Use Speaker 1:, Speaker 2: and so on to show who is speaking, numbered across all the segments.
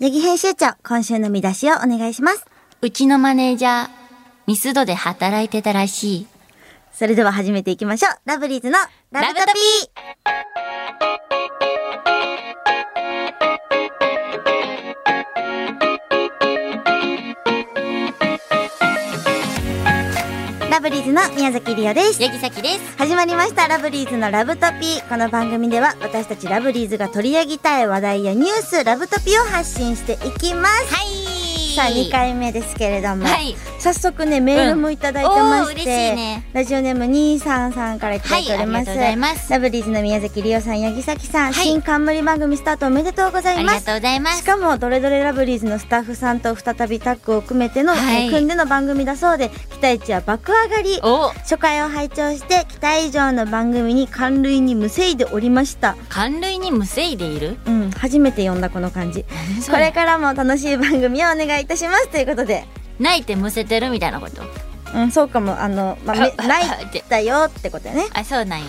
Speaker 1: 八木編集長、今週の見出しをお願いします。
Speaker 2: うちのマネージャー、ミスドで働いてたらしい。
Speaker 1: それでは始めていきましょう。ラブリーズのラブトピーラブリーズの宮崎りおです。
Speaker 2: 八木崎です。
Speaker 1: 始まりましたラブリーズのラブトピーこの番組では私たちラブリーズが取り上げたい話題やニュースラブトピーを発信していきます
Speaker 2: はい。
Speaker 1: さあ2。回目ですけれども、
Speaker 2: はい。
Speaker 1: 早速ねメールもいただいてまして、
Speaker 2: うんおー嬉しいね
Speaker 1: ラジオネーム兄さんさんからいただいております,、
Speaker 2: はいありがとうございます
Speaker 1: ラブリーズの宮崎りおさん八木崎さん、
Speaker 2: はい
Speaker 1: 新冠番組スタートおめでとうござ
Speaker 2: あ
Speaker 1: い
Speaker 2: り
Speaker 1: ま
Speaker 2: が
Speaker 1: す
Speaker 2: とうございま
Speaker 1: し
Speaker 2: す。
Speaker 1: かも、どれどれラブリーズのスタッフさんと再びタッグを組めての、
Speaker 2: はい
Speaker 1: 組んでの番組だそうで、期待値は爆上がり。
Speaker 2: お、
Speaker 1: 初回を拝聴して期待以上の番組に感類にむせいでおりました
Speaker 2: 寒類にむせいでいる
Speaker 1: うん初めて読んだこの感じこれ、からも楽しい番組をお願いいたしますということで
Speaker 2: 泣いてむせてるみたいなこと。
Speaker 1: うんそうかもあの、 まあ、め泣いたよってことよね
Speaker 2: あ、そ うなんや。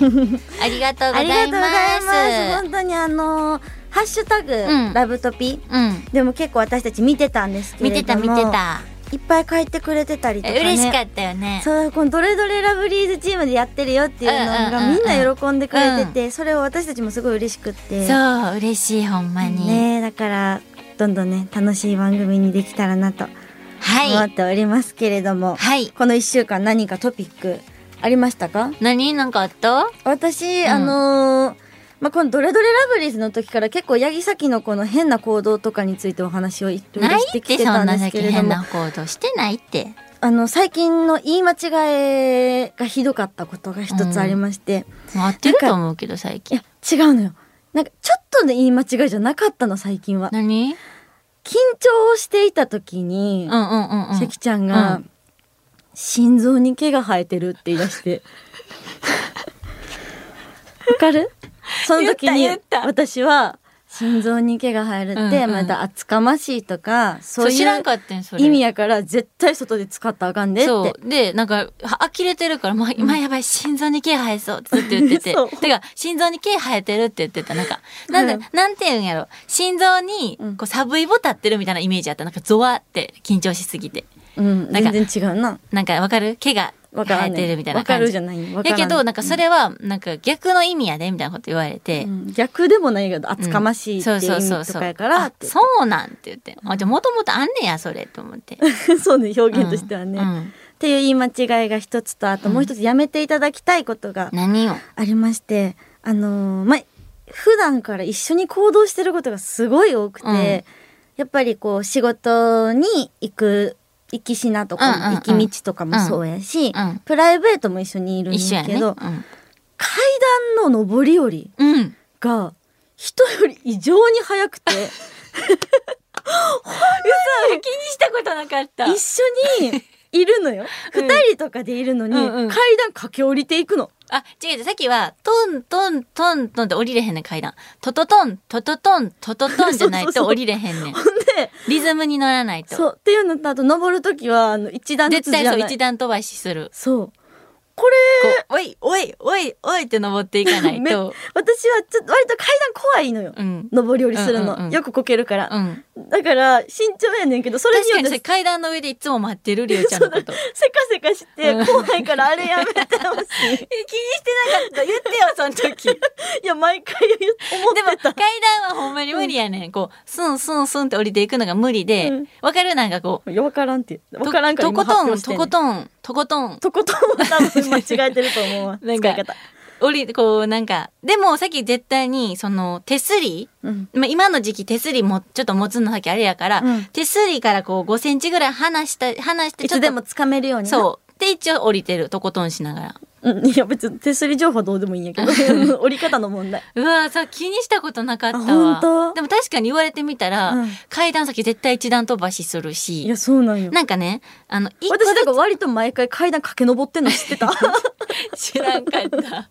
Speaker 2: ありがとうご
Speaker 1: あり
Speaker 2: ざ
Speaker 1: がと
Speaker 2: いう
Speaker 1: ございます
Speaker 2: ます。
Speaker 1: 本当にあのハッシュタグ、
Speaker 2: うん
Speaker 1: ラブトピ
Speaker 2: うん。
Speaker 1: でも結構私たち見てたんですけれ
Speaker 2: 見
Speaker 1: ども
Speaker 2: てた見てた。
Speaker 1: いっぱい書いてくれてたりとかね
Speaker 2: 嬉しかったよね。
Speaker 1: そうこのどれどれラブリーズチームでやってるよっていうの
Speaker 2: うんうんうん
Speaker 1: が
Speaker 2: うん
Speaker 1: みんな喜んでくれてて、それを私たちもすごい嬉しくって
Speaker 2: そう、嬉しい、ほんまに。
Speaker 1: ねだからどんどんね楽しい番組にできたらなと思
Speaker 2: は
Speaker 1: っ
Speaker 2: い。
Speaker 1: ておりますけれども、
Speaker 2: はい。
Speaker 1: この1週間何かトピックありましたか
Speaker 2: 何なんかあった
Speaker 1: 私、
Speaker 2: うん
Speaker 1: あのーまあ、このドレドレラブリーズの時から結構八木崎のこの変な行動とかについてお話をいろいろ
Speaker 2: ない
Speaker 1: して
Speaker 2: っ
Speaker 1: き
Speaker 2: て
Speaker 1: て
Speaker 2: そ
Speaker 1: た
Speaker 2: ん
Speaker 1: ん
Speaker 2: な
Speaker 1: です
Speaker 2: 先
Speaker 1: けれど
Speaker 2: 変
Speaker 1: も
Speaker 2: な行動してな いって。
Speaker 1: あの最近の言い間違えがひどかったことが一つありまして、
Speaker 2: もう合ってると思うけど最
Speaker 1: い
Speaker 2: 近
Speaker 1: や。違うのよなんかちょっとの言い間違いじゃなかったの最近は
Speaker 2: 何？
Speaker 1: 緊張をしていた時に
Speaker 2: うん、うんうんうん。
Speaker 1: 関ちゃんが、
Speaker 2: う
Speaker 1: 心臓に毛が生えてるって言い出して わかるその時に
Speaker 2: 言った言った
Speaker 1: 私は心臓に毛が生えるって、
Speaker 2: うんうん
Speaker 1: また厚かましいとかそ
Speaker 2: そうう
Speaker 1: い
Speaker 2: 知らん
Speaker 1: う
Speaker 2: かったんそれ。
Speaker 1: 意味やから絶対外で使ったらあかんでって
Speaker 2: そうでなんかは呆れてるから「まあ、今やばい心臓に毛生えそう」ってずっと言ってて
Speaker 1: そう
Speaker 2: てか心臓に毛生えてるって言ってたなんかなんだ、
Speaker 1: うん
Speaker 2: なんて言うんやろ心臓に
Speaker 1: うん
Speaker 2: こうサブイボ立ってるみたいなイメージあったなんかゾワって緊張しすぎて
Speaker 1: うん、
Speaker 2: なんか
Speaker 1: 全然違うな
Speaker 2: なんかわかる毛が
Speaker 1: わ
Speaker 2: 生
Speaker 1: から
Speaker 2: え
Speaker 1: んね
Speaker 2: てるみたいな
Speaker 1: わか
Speaker 2: 感
Speaker 1: る
Speaker 2: じ
Speaker 1: じゃないわから
Speaker 2: や
Speaker 1: ん
Speaker 2: けどなんかそれはなんか逆の意味やでみたいなこと言われて、
Speaker 1: うん逆でもないけど厚かましいって
Speaker 2: そ
Speaker 1: いう
Speaker 2: う
Speaker 1: 意
Speaker 2: そうそう
Speaker 1: 味
Speaker 2: そう
Speaker 1: とかやから
Speaker 2: あ
Speaker 1: って
Speaker 2: そうなんって言ってあじゃあもともとあんねやそれと思って、
Speaker 1: そうね表現としてはね、
Speaker 2: う
Speaker 1: っ
Speaker 2: ん
Speaker 1: ていう言い間違いが一つとあともう一つやめていただきたいことが
Speaker 2: 何を
Speaker 1: ありましてあのーまあ普段から一緒に行動してることがすごい多くて、
Speaker 2: うん
Speaker 1: やっぱりこう仕事に行く行きしなとかも、
Speaker 2: うんうんうん
Speaker 1: 行き道とかもそうやし、
Speaker 2: うん
Speaker 1: プライベートも一緒にいるん
Speaker 2: 一緒
Speaker 1: や
Speaker 2: や
Speaker 1: け
Speaker 2: ね
Speaker 1: ど、階段の上り下り
Speaker 2: うん、うん
Speaker 1: が人より異常に早くて
Speaker 2: 気にしたことなかった
Speaker 1: 一緒にいるのよ、
Speaker 2: うん
Speaker 1: 二人とかでいるのに、
Speaker 2: うんうん
Speaker 1: 階段駆け下りていくの。
Speaker 2: あ違う違うさっきはトントントントンって降りれへんねん階段トトトントトトントトトンじゃない
Speaker 1: そうそうそう
Speaker 2: と降りれへんねん
Speaker 1: ほんで
Speaker 2: リズムに乗らないと
Speaker 1: そうっていうのとあと登る時はあの一段ずつ
Speaker 2: 絶
Speaker 1: じゃな
Speaker 2: 対そう
Speaker 1: い
Speaker 2: 一段飛ばしする
Speaker 1: そう。こ
Speaker 2: こ うおいおいおいおいって登っていかない
Speaker 1: め
Speaker 2: と
Speaker 1: れ、私はちょっと割と階段怖いのよ。
Speaker 2: うん
Speaker 1: 上り下りするの、
Speaker 2: うんうんうん
Speaker 1: よくこけるから、
Speaker 2: うん
Speaker 1: だから慎重やねんけどそれに
Speaker 2: 確
Speaker 1: よっ
Speaker 2: かに
Speaker 1: て
Speaker 2: それ階段の上でいつも待ってるりょうちゃんのこと
Speaker 1: せかせかして
Speaker 2: うん
Speaker 1: 怖いからあれやめて ほしい
Speaker 2: 気にしてなかった言ってよその時 で
Speaker 1: いや毎回言う思
Speaker 2: も
Speaker 1: ってた
Speaker 2: 階段はほんまに無理やねんこうスンスンスンって降りていくのが無理で
Speaker 1: うん
Speaker 2: わかるなんかこう
Speaker 1: いやわからんってわからんから
Speaker 2: と
Speaker 1: 今
Speaker 2: こ
Speaker 1: 発
Speaker 2: と
Speaker 1: 表
Speaker 2: ん
Speaker 1: して
Speaker 2: と
Speaker 1: んね
Speaker 2: こ
Speaker 1: ん
Speaker 2: とんとことん
Speaker 1: とことんは多分間違えてると思うわ使
Speaker 2: ないんか
Speaker 1: 方、
Speaker 2: おりこうなんかでもさっき絶対にその手すり、
Speaker 1: うん、
Speaker 2: まあ、今の時期手すりもちょっと持つのさっきあれやから、
Speaker 1: うん
Speaker 2: 手すりからこう5センチぐらい離した離して
Speaker 1: い
Speaker 2: ちょ
Speaker 1: つ
Speaker 2: っと
Speaker 1: でも掴めるようにな
Speaker 2: そうで一応降りてるとことんしながら
Speaker 1: うん、いや別に手すり情報はどうでもいいんやけど 折り方の問題
Speaker 2: うわーさ気にしたことなかった
Speaker 1: あ本
Speaker 2: わ
Speaker 1: 当
Speaker 2: でも確かに言われてみたら、
Speaker 1: うん
Speaker 2: 階段先絶対一段飛ばしする
Speaker 1: い
Speaker 2: し
Speaker 1: やそうなんよ
Speaker 2: なんかねあの一個
Speaker 1: 私なんか割と毎回階段駆け上ってんの知 ってた
Speaker 2: 知らんかった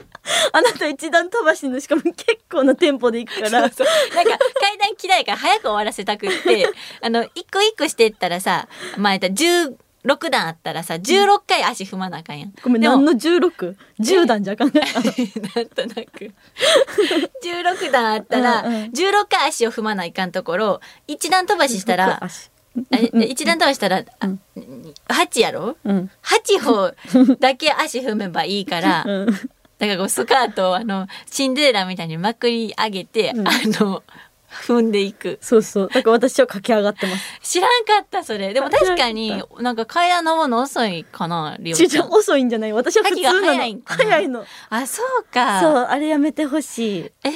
Speaker 1: あなた一段飛ばしのしかも結構なテンポで行くから
Speaker 2: そうそうなんか 階段嫌いから早く終わらせたくってあの一個一個してったらさ前だ10 6段あったらさ16回足踏まなあかんやん
Speaker 1: ごめん
Speaker 2: でも
Speaker 1: 何の 16?10 段じゃあかんね
Speaker 2: なんとなく16段あったら
Speaker 1: うんうん
Speaker 2: 16回足を踏まないかんところ1段飛ばししたら
Speaker 1: 足
Speaker 2: 1段飛ばしたらあ
Speaker 1: うん
Speaker 2: 8やろ
Speaker 1: うん
Speaker 2: 8歩だけ足踏めばいいから
Speaker 1: うん
Speaker 2: だからこうスカートをあのシンデレラみたいにまくり上げて、
Speaker 1: うん
Speaker 2: あの踏んでいく
Speaker 1: そうそうだから私は駆け上がってます
Speaker 2: 知らんかったそれでも確か
Speaker 1: 知らん
Speaker 2: に
Speaker 1: か
Speaker 2: なんか階段登るの遅いかなリオ
Speaker 1: ち
Speaker 2: ち
Speaker 1: うち
Speaker 2: ゃ
Speaker 1: ゃ
Speaker 2: ん
Speaker 1: ん遅いんじゃない私は普通なの
Speaker 2: 秋が早いんかな
Speaker 1: 早いの
Speaker 2: あそうか
Speaker 1: そうあれやめてほしい
Speaker 2: えー、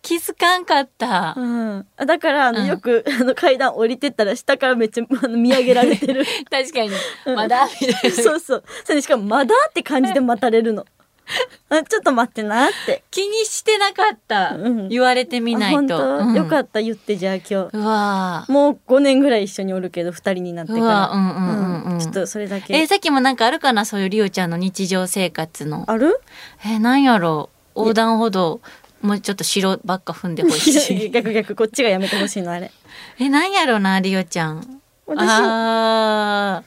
Speaker 2: 気づかんかった、
Speaker 1: うん、あだからあの、
Speaker 2: うん
Speaker 1: よくあの階段降りてったら下からめっちゃあの見上げられて る
Speaker 2: 確かに
Speaker 1: うん
Speaker 2: まだみたいな
Speaker 1: そうそうそれでしかも「まだ?」って感じで待たれ るのあちょっと待ってなって
Speaker 2: 気にしてなかった、
Speaker 1: うん
Speaker 2: 言われてみな
Speaker 1: あ
Speaker 2: いと
Speaker 1: 本当、
Speaker 2: うん
Speaker 1: よかった言ってじゃあ今日
Speaker 2: うわー
Speaker 1: もう5年ぐらい一緒におるけど2人になって
Speaker 2: う
Speaker 1: か
Speaker 2: わ
Speaker 1: ら
Speaker 2: うんうんうんうん、
Speaker 1: うんちょっとそれだけ、
Speaker 2: えーさっきもなんかあるかなそういうリオちゃんの日常生活の
Speaker 1: ある
Speaker 2: えー、なんやろう横断歩道もうちょっと白ばっか踏んでほしい
Speaker 1: 逆逆こっちがやめてほしいのあれ
Speaker 2: えなんやろうなリオちゃん
Speaker 1: 私
Speaker 2: あ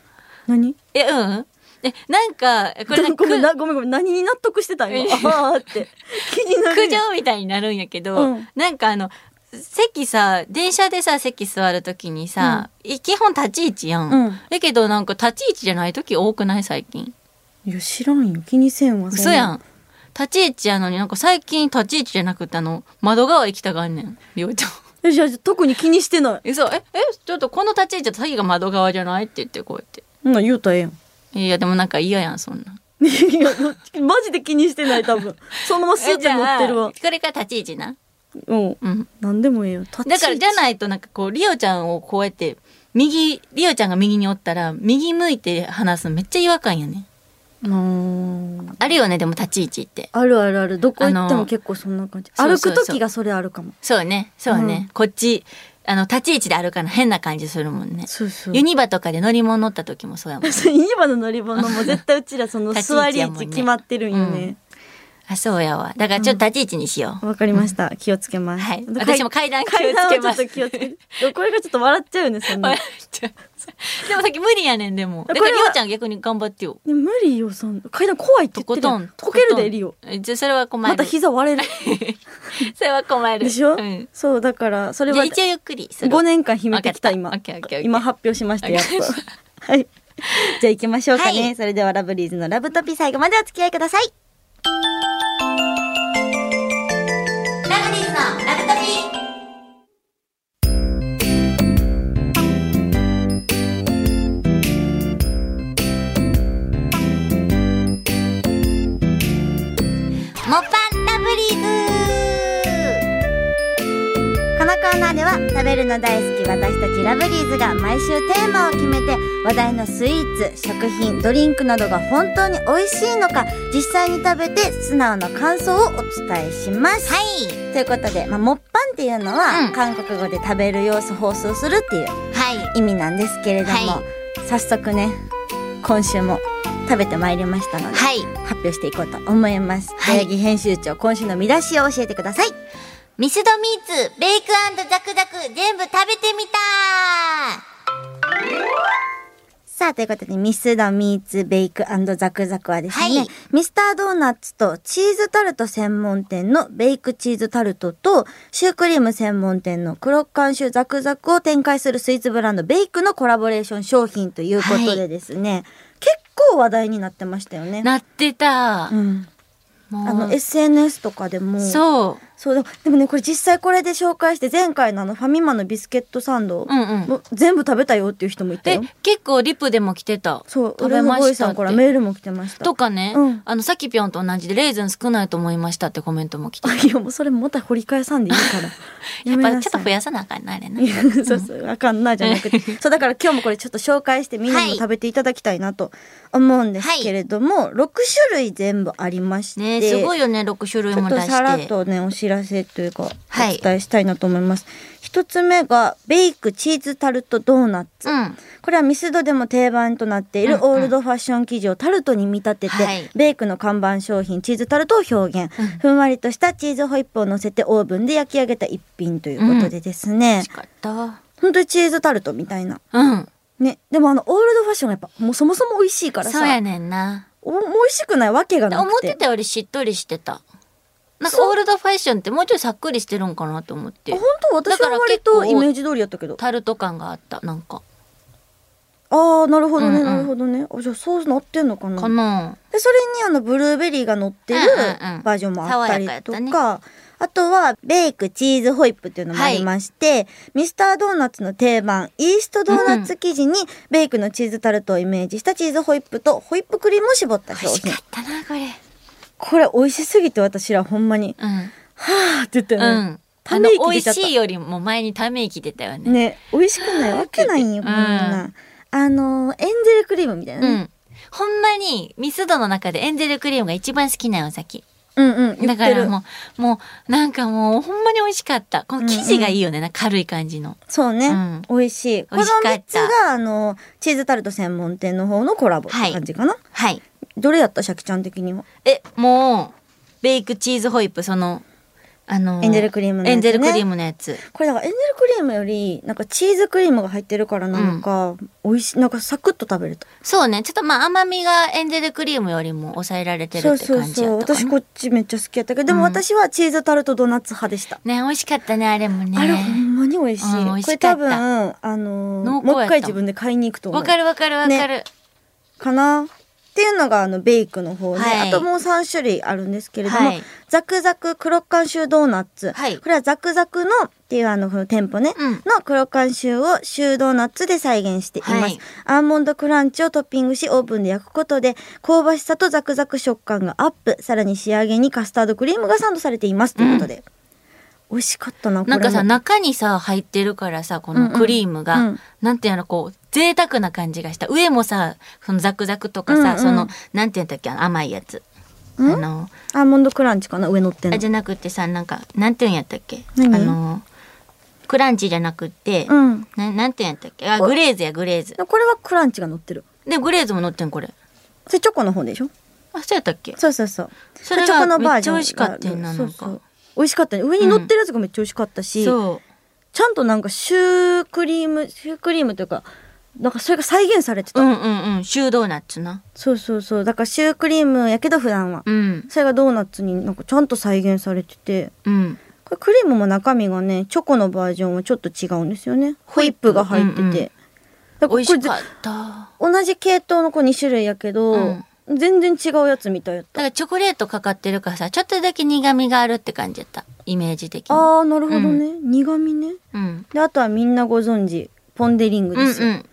Speaker 2: ー
Speaker 1: 何
Speaker 2: えうんえなんかこれなんか
Speaker 1: ごめん
Speaker 2: 苦
Speaker 1: なごめんごめん何に納得してたんよ
Speaker 2: いやい
Speaker 1: ああって気になる
Speaker 2: 苦情みたいになるんやけど、
Speaker 1: うん
Speaker 2: なんかあの席さ電車でさ席座るときにさ、い基本立ち位置やん、
Speaker 1: うん
Speaker 2: だけどなんか立ち位置じゃない時多くない最近
Speaker 1: いや知らんよ気にせんわ
Speaker 2: 嘘や
Speaker 1: ん
Speaker 2: ん立ち位置やのになんか最近立ち位置じゃなくてあの窓側行きたがんねんりょ うちゃん
Speaker 1: えじゃあ特に気にしてない
Speaker 2: えそうええちょっとこの立ち位置だと先が窓側じゃないって言ってこうやって
Speaker 1: そんなん言うたらええやん
Speaker 2: いやでもなんか嫌やんそんなん
Speaker 1: いや マジで気にしてない多分そのままスイッチ持ってるわ
Speaker 2: えじゃあこれから立ち位置な
Speaker 1: うん
Speaker 2: うん
Speaker 1: 何でもええよ立ち
Speaker 2: だからじゃないとなんかこうリオちゃんをこうやって右リオちゃんが右におったら右向いて話すのめっちゃ違和感やね
Speaker 1: うーん
Speaker 2: あるよねでも立ち位置って
Speaker 1: あるあるあるどこ行って
Speaker 2: あ
Speaker 1: も
Speaker 2: の
Speaker 1: 結構そんな感じ
Speaker 2: そう
Speaker 1: 歩
Speaker 2: そう
Speaker 1: く
Speaker 2: そう
Speaker 1: 時がそれあるかも
Speaker 2: そうねそうね、こっちあの立ち位置で歩かな変な感じするもんね
Speaker 1: そうそう
Speaker 2: ユニバとかで乗り物乗った時もそう やもん
Speaker 1: そう ユニバの乗り物も絶対うちらそ の
Speaker 2: 立ち位置
Speaker 1: 座り位
Speaker 2: やもんね
Speaker 1: 置決まってるんよね
Speaker 2: あそうやわだからちょっと立ち位置にしよう、
Speaker 1: わ、かりました気をつけます、
Speaker 2: はい
Speaker 1: あと
Speaker 2: 私も階段気をつけま
Speaker 1: 階段は
Speaker 2: す
Speaker 1: ちょっと気をつけてこれがちょっと笑っちゃうよねそんな
Speaker 2: 笑っちゃう でもさっき無理やねんでもだ
Speaker 1: こ
Speaker 2: か
Speaker 1: れ
Speaker 2: ら
Speaker 1: は
Speaker 2: りょうちゃん逆に頑張ってよ
Speaker 1: ね無理よそんな階段怖いって
Speaker 2: と
Speaker 1: 言っ
Speaker 2: こ
Speaker 1: てる
Speaker 2: と
Speaker 1: やん
Speaker 2: ん
Speaker 1: こけるでリオ
Speaker 2: えじゃあそれは困る
Speaker 1: また膝割れる
Speaker 2: それは困る
Speaker 1: でしょ、
Speaker 2: うん、
Speaker 1: そうだからそれ
Speaker 2: じゃあ
Speaker 1: は
Speaker 2: 一応ゆっくりする
Speaker 1: 5年間秘めてきた
Speaker 2: わ
Speaker 1: 今
Speaker 2: かったオッケーオッケーオッケー
Speaker 1: 今発表しましたやっ
Speaker 2: わかり
Speaker 1: とはいじゃあ行きましょうかね、
Speaker 3: はい、それではラブリーズのラブトピ最後までお付き合いください。
Speaker 2: ラブリーズのラブトピ
Speaker 3: モパンラブリーズこのコーナーでは食べるの大好き私たちラブリーズが毎週テーマを決めて話題のスイーツ、食品、ドリンクなどが本当に美味しいのか実際に食べて素直な感想をお伝えします。
Speaker 2: はい
Speaker 3: ということで、まあ、モッパンっていうのは、
Speaker 2: うん
Speaker 3: 韓国語で食べる様子放送するっていう
Speaker 2: はい
Speaker 3: 意味なんですけれども、
Speaker 2: は
Speaker 3: 早速ね、今週も食べてまいりましたので、
Speaker 2: はい
Speaker 3: 発表していこうと思います。
Speaker 2: はい
Speaker 3: はい、編集長、今週の見出しを教えてください。
Speaker 2: ミスドミーツベイクザクザク全部食べてみた
Speaker 3: さあ、ということで、ミスドミーツベイクザクザクはですね、
Speaker 2: はい
Speaker 3: ミスタードーナツとチーズタルト専門店のベイクチーズタルトと、シュークリーム専門店のクロッカンシューザクザクを展開するスイーツブランドベイクのコラボレーション商品ということでですね、結構話題になってましたよね。
Speaker 2: なってた、
Speaker 3: うん。
Speaker 2: もう
Speaker 3: あの、SNS とかでも、
Speaker 2: そ
Speaker 3: そうでもでもねこれ実際これで紹介して前回のあのファミマのビスケットサンド、
Speaker 2: ううんうん
Speaker 3: もう全部食べたよっていう人もいた
Speaker 2: で
Speaker 3: よ
Speaker 2: 結構リプでも来てた
Speaker 3: そう
Speaker 2: 食べま
Speaker 3: 俺のボイ
Speaker 2: した
Speaker 3: さ
Speaker 2: っ
Speaker 3: ん
Speaker 2: て
Speaker 3: からメールも来てました
Speaker 2: と かね、
Speaker 3: うん
Speaker 2: あのさきぴょんと同じでレーズン少ないと思いましたってコメントも来て
Speaker 3: あいやもうそれもまた掘り返さんでいいから
Speaker 2: や
Speaker 3: や
Speaker 2: っ
Speaker 3: め
Speaker 2: ぱ
Speaker 3: な
Speaker 2: ちょっと
Speaker 3: さい
Speaker 2: 増やさなあかんなあれな
Speaker 3: そうそうあかんなじゃなくてそうだから今日もこれちょっと紹介してみんなにも食べていただきたいなと思うんですけれども、六6種類全部ありまして、
Speaker 2: ねすごいよね6種類
Speaker 3: ちょ
Speaker 2: も
Speaker 3: っ
Speaker 2: 出
Speaker 3: と
Speaker 2: して
Speaker 3: さらっとね、お知らせというか、
Speaker 2: はい
Speaker 3: お伝えしたいなと思います。一つ目が、ベイクチーズタルトドーナツ。
Speaker 2: うん
Speaker 3: これはミスドでも定番となっている
Speaker 2: うんうん
Speaker 3: オールドファッション生地をタルトに見立てて、
Speaker 2: はい
Speaker 3: ベイクの看板商品チーズタルトを表現、
Speaker 2: うん
Speaker 3: ふんわりとしたチーズホイップを乗せてオーブンで焼き上げた一品ということでですね
Speaker 2: 美味し、かった
Speaker 3: ほん、本当にチーズタルトみたいな
Speaker 2: うん
Speaker 1: ね、でもあの、オールドファッションがやっぱ、もうそもそも美味しいからさ。
Speaker 2: そうやねんな。
Speaker 1: おもう美味しくないわけがな
Speaker 2: 思っ
Speaker 1: くて。
Speaker 2: てたよりしっとりしてた。なんか
Speaker 1: そう
Speaker 2: オールドファッションってもうちょいさっくりしてるんかなと思って
Speaker 1: あ本。当
Speaker 2: だ
Speaker 1: 私
Speaker 2: か
Speaker 1: は
Speaker 2: ら
Speaker 1: 割
Speaker 2: 結構
Speaker 1: とイメージ通りやったけど。
Speaker 2: タルト感があった、なんか。
Speaker 1: ああ、なるほどね、
Speaker 2: うんうん
Speaker 1: なるほどね。あ、じゃあそうなってんのかな。
Speaker 2: かな
Speaker 1: で、それにあの、ブルーベリーが乗ってる
Speaker 2: うんうんうん
Speaker 1: バージョンもあったり
Speaker 2: 爽やかやっ
Speaker 1: と
Speaker 2: た
Speaker 1: か、
Speaker 2: ね
Speaker 1: あとは、ベイクチーズホイップっていうのもありまして、ミスタードーナツの定番、イーストドーナツ生地に、ベイクのチーズタルトをイメージしたチーズホイップと、ホイップクリームを絞った
Speaker 2: 美
Speaker 1: 商
Speaker 2: 味し
Speaker 1: 品
Speaker 2: か。ったな、これ。
Speaker 1: これ美味しすぎて私らほんまに、
Speaker 2: うん。
Speaker 1: はぁって言ったよね。
Speaker 2: うん。
Speaker 1: た
Speaker 2: あ
Speaker 1: め
Speaker 2: の、
Speaker 1: 息出
Speaker 2: 美味
Speaker 1: ちゃった
Speaker 2: しいよりも前にため息出たよね。
Speaker 1: ね、美味しくないわけないよ、
Speaker 2: うん
Speaker 1: こんな。あの、エンゼルクリームみたいな
Speaker 2: う
Speaker 1: ね。
Speaker 2: ん。ほんまに、ミスドの中でエンゼルクリームが一番好きなの、さっき。
Speaker 1: うんうん、言
Speaker 2: だ
Speaker 1: っ
Speaker 2: か
Speaker 1: て
Speaker 2: ら
Speaker 1: る。
Speaker 2: もう、もう、なんかもう、ほんまに美味しかった。この生地がいいよね、なんか軽い感じの。
Speaker 1: そう
Speaker 2: う
Speaker 1: ね
Speaker 2: ん。
Speaker 1: 美味しい。こ
Speaker 2: 美
Speaker 1: の
Speaker 2: 味しかった
Speaker 1: 3つが、あの、チーズタルト専門店の方のコラボって感じかな。
Speaker 2: はい。
Speaker 1: どれやったシャキちゃん的には。
Speaker 2: え、もう、ベイクチーズホイップ、その、あのー
Speaker 1: エンゼルクリームのやつね
Speaker 2: エンゼルクリームのやつ。
Speaker 1: これだからエンゼルクリームより、なんかチーズクリームが入ってるからなのか、美味しい、なんかサクッと食べれた。
Speaker 2: そうね。ちょっとまあ甘みがエンゼルクリームよりも抑えられてる
Speaker 1: そう
Speaker 2: って
Speaker 1: そう
Speaker 2: 感じ
Speaker 1: そ
Speaker 2: や
Speaker 1: う。
Speaker 2: ったかな。
Speaker 1: 私こっちめっちゃ好きやったけど、でも
Speaker 2: うん
Speaker 1: 私はチーズタルトドーナツ派でした。
Speaker 2: ね、美味しかったね、あれもね。
Speaker 1: あれほんまに美味しい。
Speaker 2: うん美味
Speaker 1: これ
Speaker 2: しか
Speaker 1: 多
Speaker 2: った
Speaker 1: 分、あのー
Speaker 2: 濃厚や
Speaker 1: も
Speaker 2: った
Speaker 1: う一回自分で買いに行くと思う。
Speaker 2: わかるわかるわかる。
Speaker 1: かなっていうのがあのベイクの方で、
Speaker 2: はい
Speaker 1: あともう3種類あるんですけれども、
Speaker 2: はい
Speaker 1: ザクザククロッカンシュードーナツ、
Speaker 2: はい
Speaker 1: これはザクザクのっていうあのこの店舗ね、
Speaker 2: うん
Speaker 1: のクロッカンシューをシュードーナツで再現しています、
Speaker 2: はい
Speaker 1: アーモンドクランチをトッピングしオーブンで焼くことで香ばしさとザクザク食感がアップさらに仕上げにカスタードクリームがサンドされていますということで、美味しかったなこれ
Speaker 2: なん
Speaker 1: も
Speaker 2: かさ、中にさ、入ってるからさ、こ
Speaker 1: うん
Speaker 2: の
Speaker 1: うん
Speaker 2: クリームが、
Speaker 1: うん
Speaker 2: なんていうの、こう、贅沢な感じがした。上もさ、そのザクザクとかさ、
Speaker 1: うんうん
Speaker 2: その、なんていうんだっけ、あの甘いやつ。あ
Speaker 1: ん
Speaker 2: の、
Speaker 1: アーモンドクランチかな上乗ってん
Speaker 2: あ
Speaker 1: の
Speaker 2: じゃなくてさ、なんか、なんていうんやったっけあ
Speaker 1: 何
Speaker 2: の、クランチじゃなくて、
Speaker 1: うん
Speaker 2: ななんていうんやったっけあ、グレーズや、グレーズ。
Speaker 1: これはクランチが乗ってる
Speaker 2: で、グレーズも乗ってん、これ。
Speaker 1: それチョコの方でしょ
Speaker 2: あ、そうやったっけ
Speaker 1: そうそうそう。
Speaker 2: それが
Speaker 1: チョコのバージョンが
Speaker 2: めっちゃ美味しかったよな
Speaker 1: そう
Speaker 2: なんか
Speaker 1: そう美味しかったね。上に乗ってるやつがめっちゃ美味しかったし、
Speaker 2: そう。
Speaker 1: ちゃんとなんかシュークリーム、シュークリームというか、なんかそれが再現されてた。
Speaker 2: うんうんうん、シュードーナツな。
Speaker 1: そうそうそう。だからシュークリームやけど普段は。
Speaker 2: うん、
Speaker 1: それがドーナツになんかちゃんと再現されてて。
Speaker 2: うん。
Speaker 1: これクリームも中身がね、チョコのバージョンはちょっと違うんですよね。ホイップが入ってて。
Speaker 2: うんうん
Speaker 1: だ
Speaker 2: 美味
Speaker 1: これ
Speaker 2: しかった。
Speaker 1: 同じ系統のこう2種類やけど、全然違うやつみたいやっ
Speaker 2: だ
Speaker 1: た。
Speaker 2: からチョコレートかかってるからさ、ちょっとだけ苦味があるって感じだった。イメージ的に。
Speaker 1: ああ、なるほどね。苦味ね。
Speaker 2: うん。
Speaker 1: であとはみんなご存知ポン・デ・リング
Speaker 2: う
Speaker 1: で
Speaker 2: ん
Speaker 1: すよ、
Speaker 2: うん。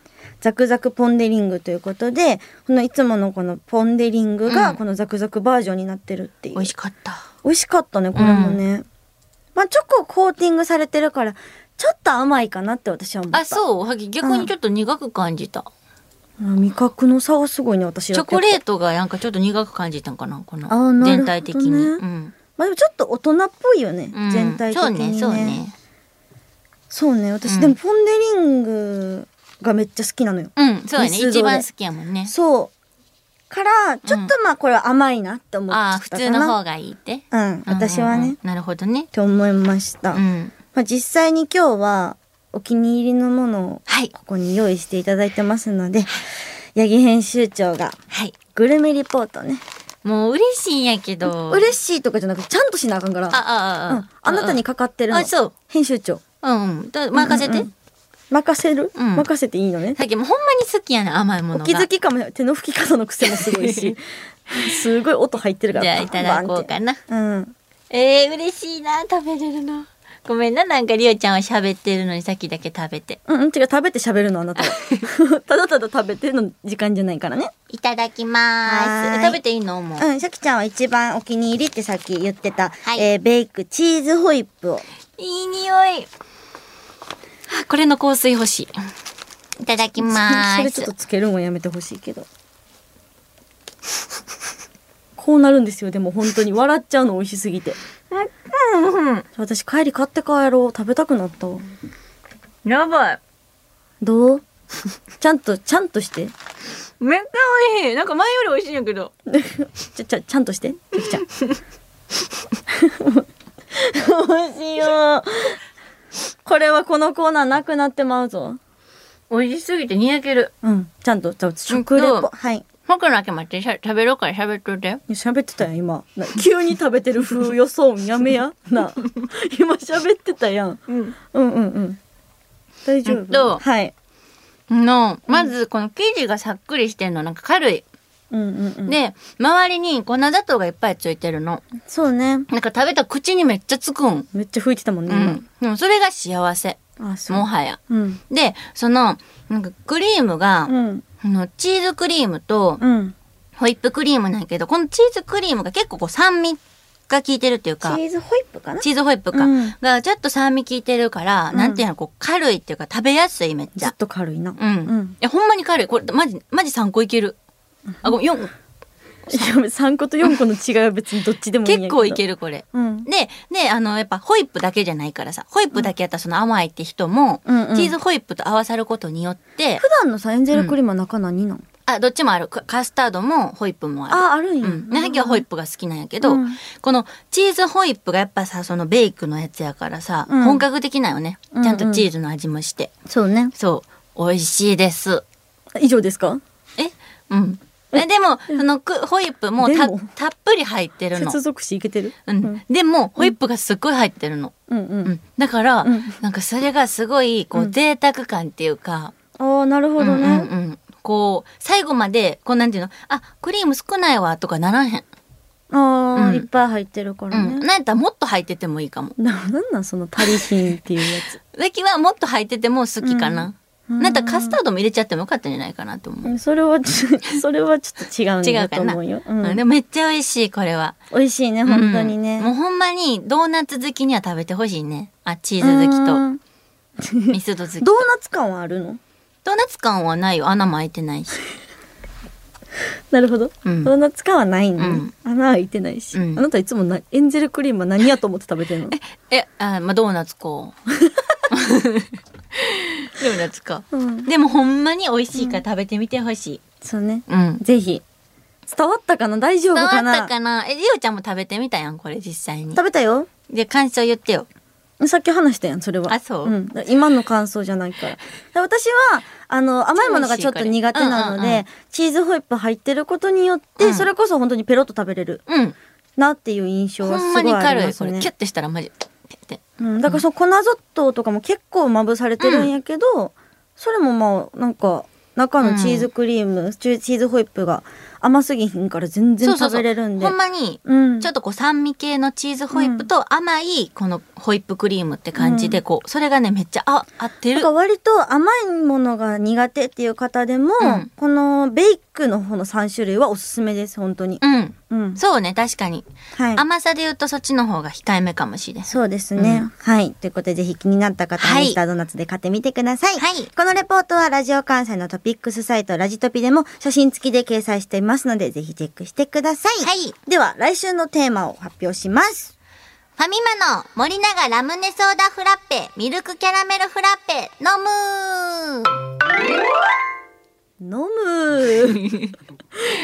Speaker 1: ザクザクポン・デ・リングということでこのいつものこのポン・デ・リング
Speaker 2: う
Speaker 1: が
Speaker 2: ん
Speaker 1: このザクザクバージョンになってるっていう、
Speaker 2: 美味しかった。
Speaker 1: 美味しかったねこれもね、まあチョココーティングされてるからちょっと甘いかなって私は思った
Speaker 2: あ、そう。はぎ逆にちょっと苦く感じた。
Speaker 1: うん味覚の差はすごいね私
Speaker 2: チョコレ
Speaker 1: ト
Speaker 2: ートがなんかちょっと苦く感じたんかな、この
Speaker 1: あーなるほどね
Speaker 2: 全体的に。うん。
Speaker 1: まあでもちょっと大人っぽいよね、
Speaker 2: うん
Speaker 1: 全体的にね
Speaker 2: そうね、そうね。
Speaker 1: そうね私、
Speaker 2: うん
Speaker 1: でもポン・デ・リングがめっちゃ好きなのよ
Speaker 2: うん、そうやね。
Speaker 1: ミスドで
Speaker 2: 一番好きやもんね。
Speaker 1: そうからちょっとまあこれは甘いなって思っちゃ
Speaker 2: ああ、
Speaker 1: っ
Speaker 2: 普
Speaker 1: たかな
Speaker 2: 通の方がいいって。
Speaker 1: うん、私はね、
Speaker 2: うんうんう
Speaker 1: っ
Speaker 2: ん。なるほどね。
Speaker 1: て思いました。ま
Speaker 2: うん。
Speaker 1: あ、実際に今日はお気に入りのものを
Speaker 2: はい。
Speaker 1: ここに用意していただいてますので、八木編集長が
Speaker 2: はい。
Speaker 1: グルメリポートね。
Speaker 2: もう嬉しいんやけど。
Speaker 1: 嬉
Speaker 2: しい。
Speaker 1: しいとかじゃなくて、ちゃんとしなあかんから。
Speaker 2: あ、あ、あ、
Speaker 1: うん、あなたにかかってるの。
Speaker 2: あ、そう。
Speaker 1: 編集長。
Speaker 2: うんうん。だ任せて。
Speaker 1: うんうん任せる、
Speaker 2: うん
Speaker 1: 任せていいのね
Speaker 2: さ。っきもうほんまに好きやねん甘いもの
Speaker 1: お
Speaker 2: が。
Speaker 1: 気づきかも手の吹き方の癖もすごい し、すごい音入ってるから。
Speaker 2: じゃあいただこう
Speaker 1: バン
Speaker 2: かな。
Speaker 1: バンって。
Speaker 2: えー、嬉しいな食べれるの。ごめんななんかりおちゃんは喋ってるのにさっきだけ食べて。
Speaker 1: うん。うん、違う、食べて喋るの、あなた は。ただただ食べての時間じゃないからね。
Speaker 2: いただきま
Speaker 1: はー
Speaker 2: ー
Speaker 1: い
Speaker 2: す。食べていいのもう。
Speaker 1: うん、シャキちゃんは一番お気に入りってさっき言ってた、
Speaker 2: はい
Speaker 1: えーベイクチーズホイップを。
Speaker 2: いい匂い。あこれの香水欲しい。いただきま
Speaker 1: それ
Speaker 2: ー
Speaker 1: ちょっ
Speaker 2: す
Speaker 1: と。つけるもやめてほしいけど。こうなるんですよ、でも本当に。笑っちゃうの美味しすぎて。
Speaker 2: うん。
Speaker 1: 私帰り買って帰ろう。食べたくなったわ。
Speaker 2: やばい。
Speaker 1: どうちゃんと、ちゃんとして。
Speaker 2: めっちゃ美味しい。なんか前より美味しいんやけど。
Speaker 1: ちゃ、ちゃ、ちゃんとして。シャキちゃん。どうしよう。これはこのコーナーなくなってまうぞ。
Speaker 2: 美味しすぎてにやける。
Speaker 1: うん。ちゃんと、ちゃんと食レ
Speaker 2: うん
Speaker 1: ポ
Speaker 2: と。
Speaker 1: はい。
Speaker 2: 僕だけ待ってしゃ食べろから喋っといて。
Speaker 1: いや喋ってたやん今な急に食べてる風予想やめ やな今喋ってたやん
Speaker 2: うん。
Speaker 1: うんうんうん大丈
Speaker 2: えっ
Speaker 1: 夫
Speaker 2: と
Speaker 1: はい
Speaker 2: の、まずこの生地がさっくりしてんの、なんか軽い。
Speaker 1: うんうんうん
Speaker 2: で、周りに粉砂糖がいっぱいついてるの。
Speaker 1: そうね
Speaker 2: なんか食べたら口にめっちゃつくん。
Speaker 1: めっちゃ吹いてたもんね
Speaker 2: う
Speaker 1: 今、
Speaker 2: ん。でもそれが幸せ。
Speaker 1: あそう
Speaker 2: もはや。
Speaker 1: うん
Speaker 2: で、その、なんかクリームが
Speaker 1: う、ん
Speaker 2: あのチーズクリームと
Speaker 1: うん
Speaker 2: ホイップクリームなんやけど、このチーズクリームが結構こう酸味が効いてるっていう
Speaker 1: チ
Speaker 2: か、
Speaker 1: ーズホイップかな
Speaker 2: チーズホイップか。
Speaker 1: うん
Speaker 2: がちょっと酸味効いてるから、
Speaker 1: うん
Speaker 2: なんていうの、こう軽いっていうか食べやすいめっち
Speaker 1: ずっ
Speaker 2: ゃ。
Speaker 1: と軽いな
Speaker 2: うん。
Speaker 1: うん
Speaker 2: いや、ほんまに軽い。これ、マジ、マジ3個いける。あ、ごめん、4、
Speaker 1: いや3個と4個の違いは別にどっちでもいいんや
Speaker 2: 結構いけ
Speaker 1: る
Speaker 2: るこれ。
Speaker 1: うん
Speaker 2: で、で、あの、やっぱホイップだけじゃないからさ、ホイップだけやったらその甘いって人も、
Speaker 1: うんうん
Speaker 2: チーズホイップと合わさることによって、
Speaker 1: 普段のさエンゼルクリームは中何なん、
Speaker 2: あ、どっちもある。カカスタードもホイップもある。
Speaker 1: ああるんや、
Speaker 2: うん、なはホイッ
Speaker 1: プ
Speaker 2: プが好きなんやけど、
Speaker 1: うん
Speaker 2: このチーズホイップがやっぱさそのベイクのやつやからさ、
Speaker 1: うん
Speaker 2: 本格的なよね
Speaker 1: うんうん
Speaker 2: ちゃんとチーズの味もして、
Speaker 1: そうね
Speaker 2: そう美味しいです
Speaker 1: 以上ですか
Speaker 2: えうんえでもそのくホイップも
Speaker 1: で
Speaker 2: た
Speaker 1: も
Speaker 2: たっぷり入ってるの
Speaker 1: 接、続詞いけてる
Speaker 2: うん、でもホイップがすっごい入ってるの、
Speaker 1: うんうん
Speaker 2: うん、だから、
Speaker 1: うん
Speaker 2: なんかそれがすごいこ
Speaker 1: う
Speaker 2: うん贅沢感っていうか、
Speaker 1: ああなるほどね、
Speaker 2: うんうんうんこう最後までこうなんていうのあクリーム少ないわとかならへん、
Speaker 1: ああ、
Speaker 2: うん
Speaker 1: いっぱい入ってるから
Speaker 2: うん、
Speaker 1: ね、
Speaker 2: なんやったらもっと入っててもいいかも
Speaker 1: ななんなんそのパリ品っていうやつ
Speaker 2: だけはもっと入ってても好きかな。
Speaker 1: うん
Speaker 2: なんかカスタードも入れちゃってもよかったんじゃないかなと
Speaker 1: う
Speaker 2: 思う。
Speaker 1: んそれはちょ それはちょっと違うん
Speaker 2: 違
Speaker 1: だ
Speaker 2: う
Speaker 1: と
Speaker 2: かな。
Speaker 1: 思うよ、うん
Speaker 2: うんでもめっちゃ美味しい、これは。
Speaker 1: 美味しいね本当にね、
Speaker 2: うんもうほんまにドーナツ好きには食べてほしいね。あ、チーズ好
Speaker 1: うん
Speaker 2: きと、ミスド好きと。
Speaker 1: ドー
Speaker 2: ド
Speaker 1: ナツ感はあるの
Speaker 2: ーナツ感はないよ。穴も開いてないし。
Speaker 1: なるほど、
Speaker 2: うん
Speaker 1: ドーナツ感はないの、ね
Speaker 2: うん
Speaker 1: 穴開いてないし、
Speaker 2: うん
Speaker 1: あなたいつもなエンゼルクリームは何やと思って食べてるの
Speaker 2: え、あ、まあ、ドーナツこ う。ドーナツか。
Speaker 1: うん
Speaker 2: でもほんまに美味しいから食べてみてほしい。
Speaker 1: そうね
Speaker 2: うん。
Speaker 1: ぜひ伝わったかな大丈夫
Speaker 2: 伝わ
Speaker 1: か
Speaker 2: っ
Speaker 1: な
Speaker 2: たかなえ、りおちゃんも食べてみたやん、これ実際に
Speaker 1: 食。べたよ
Speaker 2: で、感想言ってよ。
Speaker 1: さっき話したやんそれは、
Speaker 2: あそうん
Speaker 1: 今の感想じゃないからで私はあの甘いものがちょっと苦手なので、
Speaker 2: うんうんうん
Speaker 1: チーズホイップ入ってることによって、
Speaker 2: うん
Speaker 1: それこそ本当にペロッと食べれる
Speaker 2: うん。
Speaker 1: なっていう印象は
Speaker 2: ほん
Speaker 1: す
Speaker 2: ま
Speaker 1: ご
Speaker 2: に
Speaker 1: いあり
Speaker 2: 軽
Speaker 1: ま
Speaker 2: い
Speaker 1: す
Speaker 2: これ
Speaker 1: ね
Speaker 2: キュッてしたらマジピッて
Speaker 1: うん、だからその粉砂糖とかも結構まぶされてるんやけど、それもまあなんか中のチーズクリーム、チュチーズホイップが甘すぎひんから全
Speaker 2: そ
Speaker 1: 然
Speaker 2: うそう
Speaker 1: 食
Speaker 2: そ
Speaker 1: べ
Speaker 2: う
Speaker 1: れるんで
Speaker 2: ほんまに
Speaker 1: うん
Speaker 2: ちょっとこう酸味系のチーズホイップと甘いこのホイップクリームって感じ
Speaker 1: う
Speaker 2: でこうそれがねめっちゃあ合って
Speaker 1: な
Speaker 2: る
Speaker 1: んか割と甘いものが苦手っていう方でも、
Speaker 2: うん
Speaker 1: このベイクの方の3種類はおすすめです本当に
Speaker 2: うん
Speaker 1: うん
Speaker 2: そうね確かに
Speaker 1: はい
Speaker 2: 甘さで言うとそっちの方が控えめかもしれん
Speaker 1: そうですね、
Speaker 2: うん
Speaker 1: はいということでぜひ気になった方は
Speaker 2: はい
Speaker 1: ミスタードーナツで買ってみてください、
Speaker 2: はい
Speaker 1: このレポートはラジオ関西のトピックスサイトラジトピでも写真付きで掲載していますのでぜひチェックしてください、
Speaker 2: はい
Speaker 1: では来週のテーマを発表します
Speaker 2: ファミマの森永ラムネソーダフラッペミルクキャラメルフラッペ飲む
Speaker 1: 飲む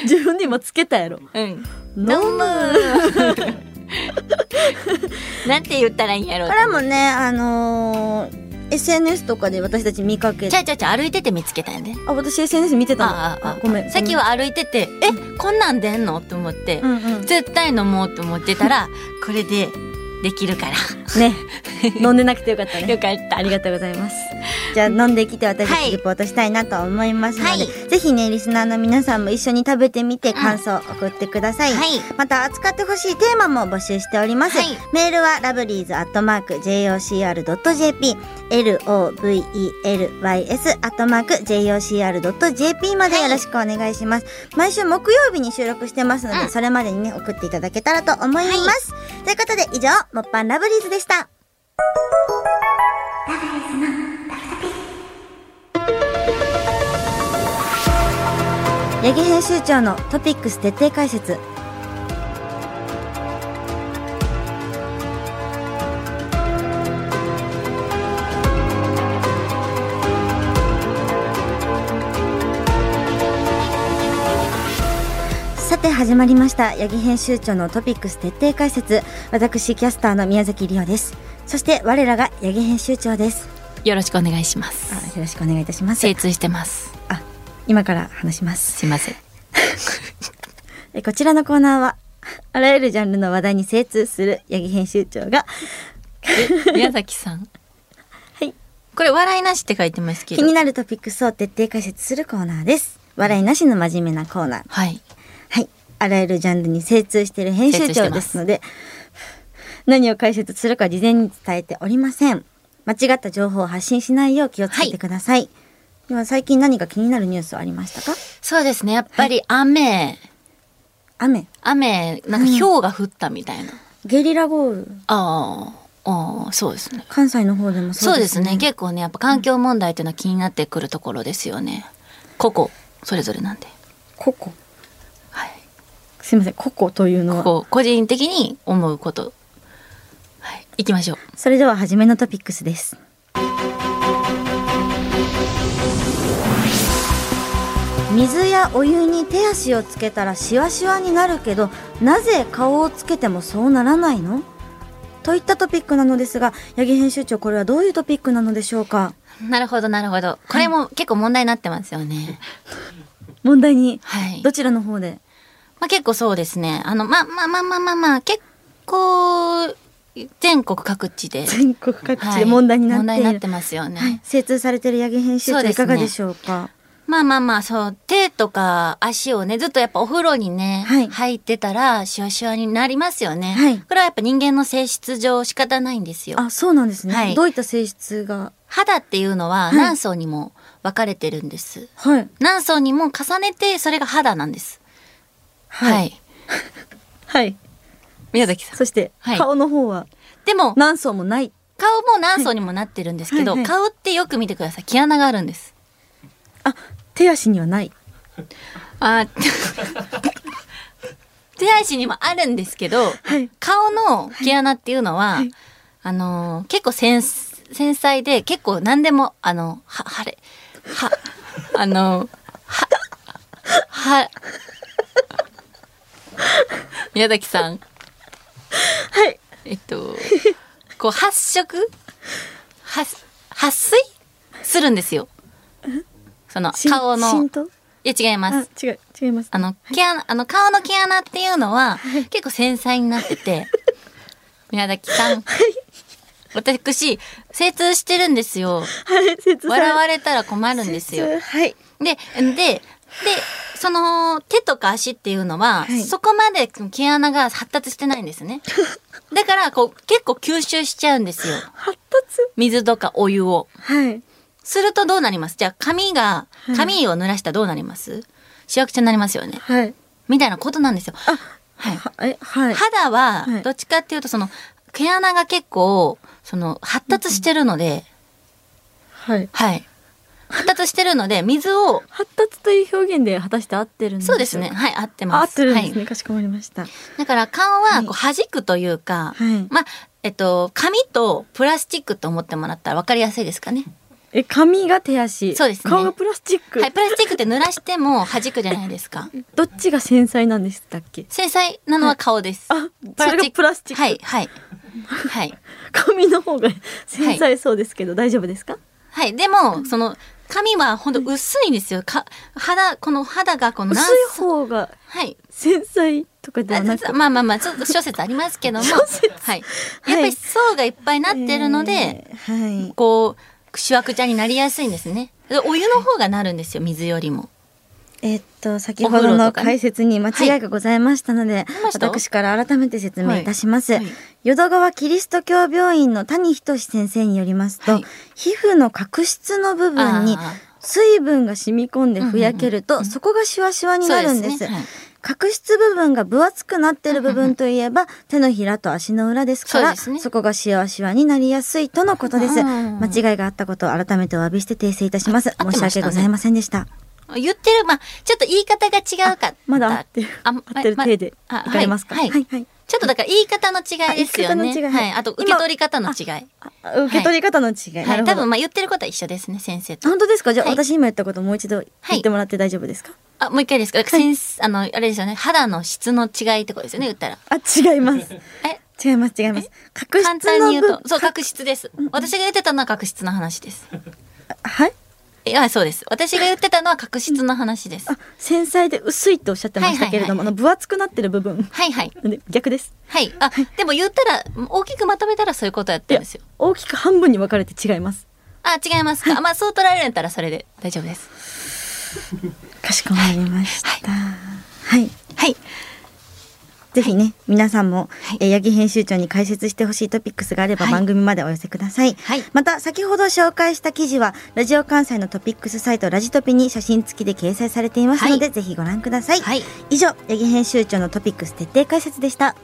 Speaker 1: 自分で今つけたやろ
Speaker 2: うん
Speaker 1: 飲
Speaker 2: 飲む なんて言ったらいいんやろう
Speaker 1: これもねあのー SNS とかで私たち見かけ
Speaker 2: ち
Speaker 1: て
Speaker 2: ゃうちゃうちゃう歩いてて見つけたんやで
Speaker 1: あ私 SNS 見てたの
Speaker 2: ああああ
Speaker 1: ごめん
Speaker 2: さっきは歩いてて「えこんなん出んの?」と思って、
Speaker 1: うんうん
Speaker 2: 絶対飲もうと思ってたらこれでできるか
Speaker 1: ね飲んでなくてよかった
Speaker 2: ら
Speaker 1: ね
Speaker 2: よかった
Speaker 1: ありがとうございます。じゃあ飲んできて私た
Speaker 2: は
Speaker 1: ち
Speaker 2: い
Speaker 1: リポートしたいなと思いますので、
Speaker 2: はい
Speaker 1: ぜひねリスナーの皆さんも一緒に食べてみて感想を送ってください。
Speaker 2: はい
Speaker 1: また扱ってほしいテーマも募集しております。
Speaker 2: はい
Speaker 1: メールはラブリーズアットマーク jocr.jp l o v e l y s アットマーク jocr.jp までよろしくお願いします。毎週木曜日に収録してますので、
Speaker 2: うん
Speaker 1: それまでにね送っていただけたらと思います。ということで以上もっぱんラブリーズでした。八木編集長のトピックス徹底解説さて始まりました八木編集長のトピックス徹底解説私キャスターの宮崎理央ですそして我らが八木編集長です
Speaker 2: よろしくお願いしま
Speaker 1: あよ
Speaker 2: す。
Speaker 1: ろしくお願いいたします
Speaker 2: 精通してます。
Speaker 1: あ今から話します
Speaker 2: すいません。
Speaker 1: えこちらのコーナーはあらゆるジャンルの話題に精通する八木編集長が
Speaker 2: 宮崎さん。
Speaker 1: はい。
Speaker 2: これ笑いなしって書いてますけ
Speaker 1: 気
Speaker 2: ど。
Speaker 1: になるトピックスを徹底解説するコーナーです笑いなしの真面目なコーナー
Speaker 2: はい。
Speaker 1: はいあらゆるジャンルに精通している編集長ですので何を解説するか事前に伝えておりません間違った情報を発信しないよう気をつけてください、では最近何か気になるニュースはありましたか
Speaker 2: そうですね。やっぱり雨、
Speaker 1: 雨
Speaker 2: 雨、なんか氷が降ったみたいな。
Speaker 1: ゲリラ豪雨
Speaker 2: ああ、ああ、そうですね。
Speaker 1: 関西の方でもそ
Speaker 2: そうう
Speaker 1: で
Speaker 2: ですす
Speaker 1: ね
Speaker 2: ね。結構ね、やっぱ環境問題というのは気になってくるところですよね。個々、それぞれなんで。
Speaker 1: ココ
Speaker 2: はい。
Speaker 1: すいませんココというのは
Speaker 2: こう、個人的に思うこと。はい。行きましょう。
Speaker 1: それでは初めのトピックスです水やお湯に手足をつけたらシワシワになるけどなぜ顔をつけてもそうならないのといったトピックなのですが八木編集長これはどういうトピックなのでしょうか
Speaker 2: なるほど、なるほど。これも結構問題になってますよね。
Speaker 1: 問題に
Speaker 2: はい。
Speaker 1: どちらの方で
Speaker 2: まあ、結構そうですね。あの、ま、まあまあまあまあまあ、結構、全国各地で。
Speaker 1: 全国各地
Speaker 2: は
Speaker 1: で
Speaker 2: い
Speaker 1: 問題になっている、
Speaker 2: 問題になってますよね。
Speaker 1: はい、精通されている八木編集
Speaker 2: そ
Speaker 1: 長
Speaker 2: うで
Speaker 1: い
Speaker 2: すね
Speaker 1: かがでしょうか
Speaker 2: まあまあまあ、そう、手とか足をね、ずっとやっぱお風呂にね、
Speaker 1: はい
Speaker 2: 入ってたら、シワシワになりますよね。
Speaker 1: はい
Speaker 2: これはやっぱ人間の性質上仕方ないんですよ。
Speaker 1: あそうなんですね、
Speaker 2: はい
Speaker 1: どういった性質が
Speaker 2: 肌っていうのはい何層にも分かれてるんです。
Speaker 1: はい
Speaker 2: 何層にも重ねて、それが肌なんです。はい。
Speaker 1: はい
Speaker 2: 宮崎さん。
Speaker 1: そして、
Speaker 2: はい
Speaker 1: 顔の方は
Speaker 2: でも、
Speaker 1: 何層もない。
Speaker 2: 顔も何層にもなってるんですけど、
Speaker 1: はいはい
Speaker 2: 顔ってよく見てください。毛穴があるんです。
Speaker 1: あ、手足にはない。
Speaker 2: あ 手足にもあるんですけど、
Speaker 1: はい。
Speaker 2: 顔の毛穴っていうのは、
Speaker 1: はい
Speaker 2: あのー結構繊繊細で結構何でもあのは腫れはあのーは は宮崎さん
Speaker 1: はい。
Speaker 2: えっと こう発色発発水するんですよその
Speaker 1: しん
Speaker 2: 顔
Speaker 1: しん
Speaker 2: の
Speaker 1: と
Speaker 2: いや違います
Speaker 1: あ、違う、違います。
Speaker 2: あの、毛穴、あの、顔の毛穴っていうのは、結構繊細になっ てて、宮崎さん。私、精通してるんですよ。
Speaker 1: はい、説明。
Speaker 2: 笑われたら困るんですよ。
Speaker 1: 説明はい。
Speaker 2: で、で、で、その、手とか足っていうの
Speaker 1: は
Speaker 2: は、
Speaker 1: い
Speaker 2: そこまで毛穴が発達してないんで すね。だから、こう、結構吸収しちゃうんですよ。
Speaker 1: 発達
Speaker 2: 水とかお湯を。
Speaker 1: はい。
Speaker 2: するとどうなりますじゃあ、髪が
Speaker 1: い、
Speaker 2: 髪を濡らしたらどうなりますしわくちゃになりますよね。
Speaker 1: はい。
Speaker 2: みたいなことなんですよ。はい。
Speaker 1: は、え、はい。
Speaker 2: 肌
Speaker 1: はい
Speaker 2: はどっちかっていうとその毛穴が結構その発達してるので、
Speaker 1: はい。
Speaker 2: はい発達してるので水を
Speaker 1: 発達という表現で果たして合ってるんでしょ
Speaker 2: そうですね。はい合って
Speaker 1: あ合
Speaker 2: ま
Speaker 1: っ
Speaker 2: す
Speaker 1: てるんですね。
Speaker 2: はい、
Speaker 1: かしこまりました。
Speaker 2: だから顔はこう弾くというか、
Speaker 1: はい。
Speaker 2: まあえっと紙とプラスチックと思ってもらったら分かりやすいですかね
Speaker 1: え、髪が手足。
Speaker 2: そうですね
Speaker 1: 顔がプラスチック。
Speaker 2: はいプラスチックって濡らしても弾くじゃないで すか
Speaker 1: どっちが繊細なんでしたっけ
Speaker 2: 繊細なのは顔です、
Speaker 1: あ、それがプラスチック。
Speaker 2: はいはいはい
Speaker 1: 髪の方が繊細そうですけど、大丈夫ですか
Speaker 2: はい、でも、その、髪はほんと薄いんですよ。か、肌、この肌がこの
Speaker 1: 薄
Speaker 2: 何
Speaker 1: い方が
Speaker 2: はい。
Speaker 1: 繊細とかではなく
Speaker 2: あまあまあまあ、ちょっと諸説ありますけども、はい。やっぱり層がいっぱいなってるので、、
Speaker 1: えーはい
Speaker 2: こう、シワくちゃになりやすいんですね。でお湯の方がなるんですよ、水よりも。
Speaker 1: えーっと先ほどの解説に間違いがございましたので、
Speaker 2: ました
Speaker 1: 私から改めて説明いたします、
Speaker 2: はいはい
Speaker 1: 淀川キリスト教病院の谷仁先生によりますと、
Speaker 2: はい
Speaker 1: 皮膚の角質の部分に
Speaker 2: あー
Speaker 1: 水分が染み込んでふやけると、
Speaker 2: うんうんうん
Speaker 1: そこがシワシワになるんです
Speaker 2: そうねはい
Speaker 1: 角質部分が分厚くなってる部分といえ ば、手のひらと足の裏ですから、
Speaker 2: そ
Speaker 1: そう
Speaker 2: ですね
Speaker 1: こがシワシワになりやすいとのことです。
Speaker 2: うん
Speaker 1: 間違いがあったことを改めてお詫びして訂正いたします。
Speaker 2: あ合
Speaker 1: 申
Speaker 2: って
Speaker 1: し
Speaker 2: ました
Speaker 1: 訳
Speaker 2: ね
Speaker 1: ございませんでした。
Speaker 2: 言ってる、まあ、ちょっと言い方が違うか。
Speaker 1: まだ合ってる、
Speaker 2: あ
Speaker 1: 合ってる体でい
Speaker 2: まあ
Speaker 1: かれますか、
Speaker 2: あはい。はい
Speaker 1: はい
Speaker 2: ちょっとだから言い方の違いですよね。
Speaker 1: あ言い方の違い
Speaker 2: はい。あと、受け取り方の違い。
Speaker 1: あ受け取り方の違い。なる
Speaker 2: はい。
Speaker 1: ほど
Speaker 2: 多分、まあ、言ってることは一緒ですね、先生と。
Speaker 1: 本当ですかじゃあ、
Speaker 2: はい
Speaker 1: 私今言ったこともう一度言ってもらって大丈夫ですか、
Speaker 2: あ、もう一回ですか。だから先生あの、あれですよね。肌の質の違いってことですよね、言ったら。
Speaker 1: あ、違います。
Speaker 2: え
Speaker 1: 違います違います。角質の
Speaker 2: 簡単に言う
Speaker 1: 部
Speaker 2: と、そう、確執です。私が言ってたのは確執の話です。
Speaker 1: はい。
Speaker 2: いや、そうです。私が言ってたのは確執の話です。
Speaker 1: あ、繊細で薄いとおっしゃってましたけれども、
Speaker 2: はいはいはいはい
Speaker 1: あの分厚くなってる部分。
Speaker 2: はいはい。
Speaker 1: で逆です。
Speaker 2: はい。あ、でも言ったら、大きくまとめたらそういうことやったんですよ。
Speaker 1: 大きく半分に分かれて違います。
Speaker 2: あ、違いますか。まあ、そう取られたらそれで大丈夫です。
Speaker 1: かしこまりました。はい。
Speaker 2: はい。
Speaker 1: ぜひね、皆さんも、
Speaker 2: はい
Speaker 1: えー、八木編集長に解説してほしいトピックスがあれば
Speaker 2: はい
Speaker 1: 番組までお寄せください。
Speaker 2: はい
Speaker 1: また、先ほど紹介した記事は、ラジオ関西のトピックスサイトラジトピに写真付きで掲載されていますので、
Speaker 2: は
Speaker 1: ぜひご覧ください。
Speaker 2: はい。
Speaker 1: 以上、八木編集長のトピックス徹底解説でした。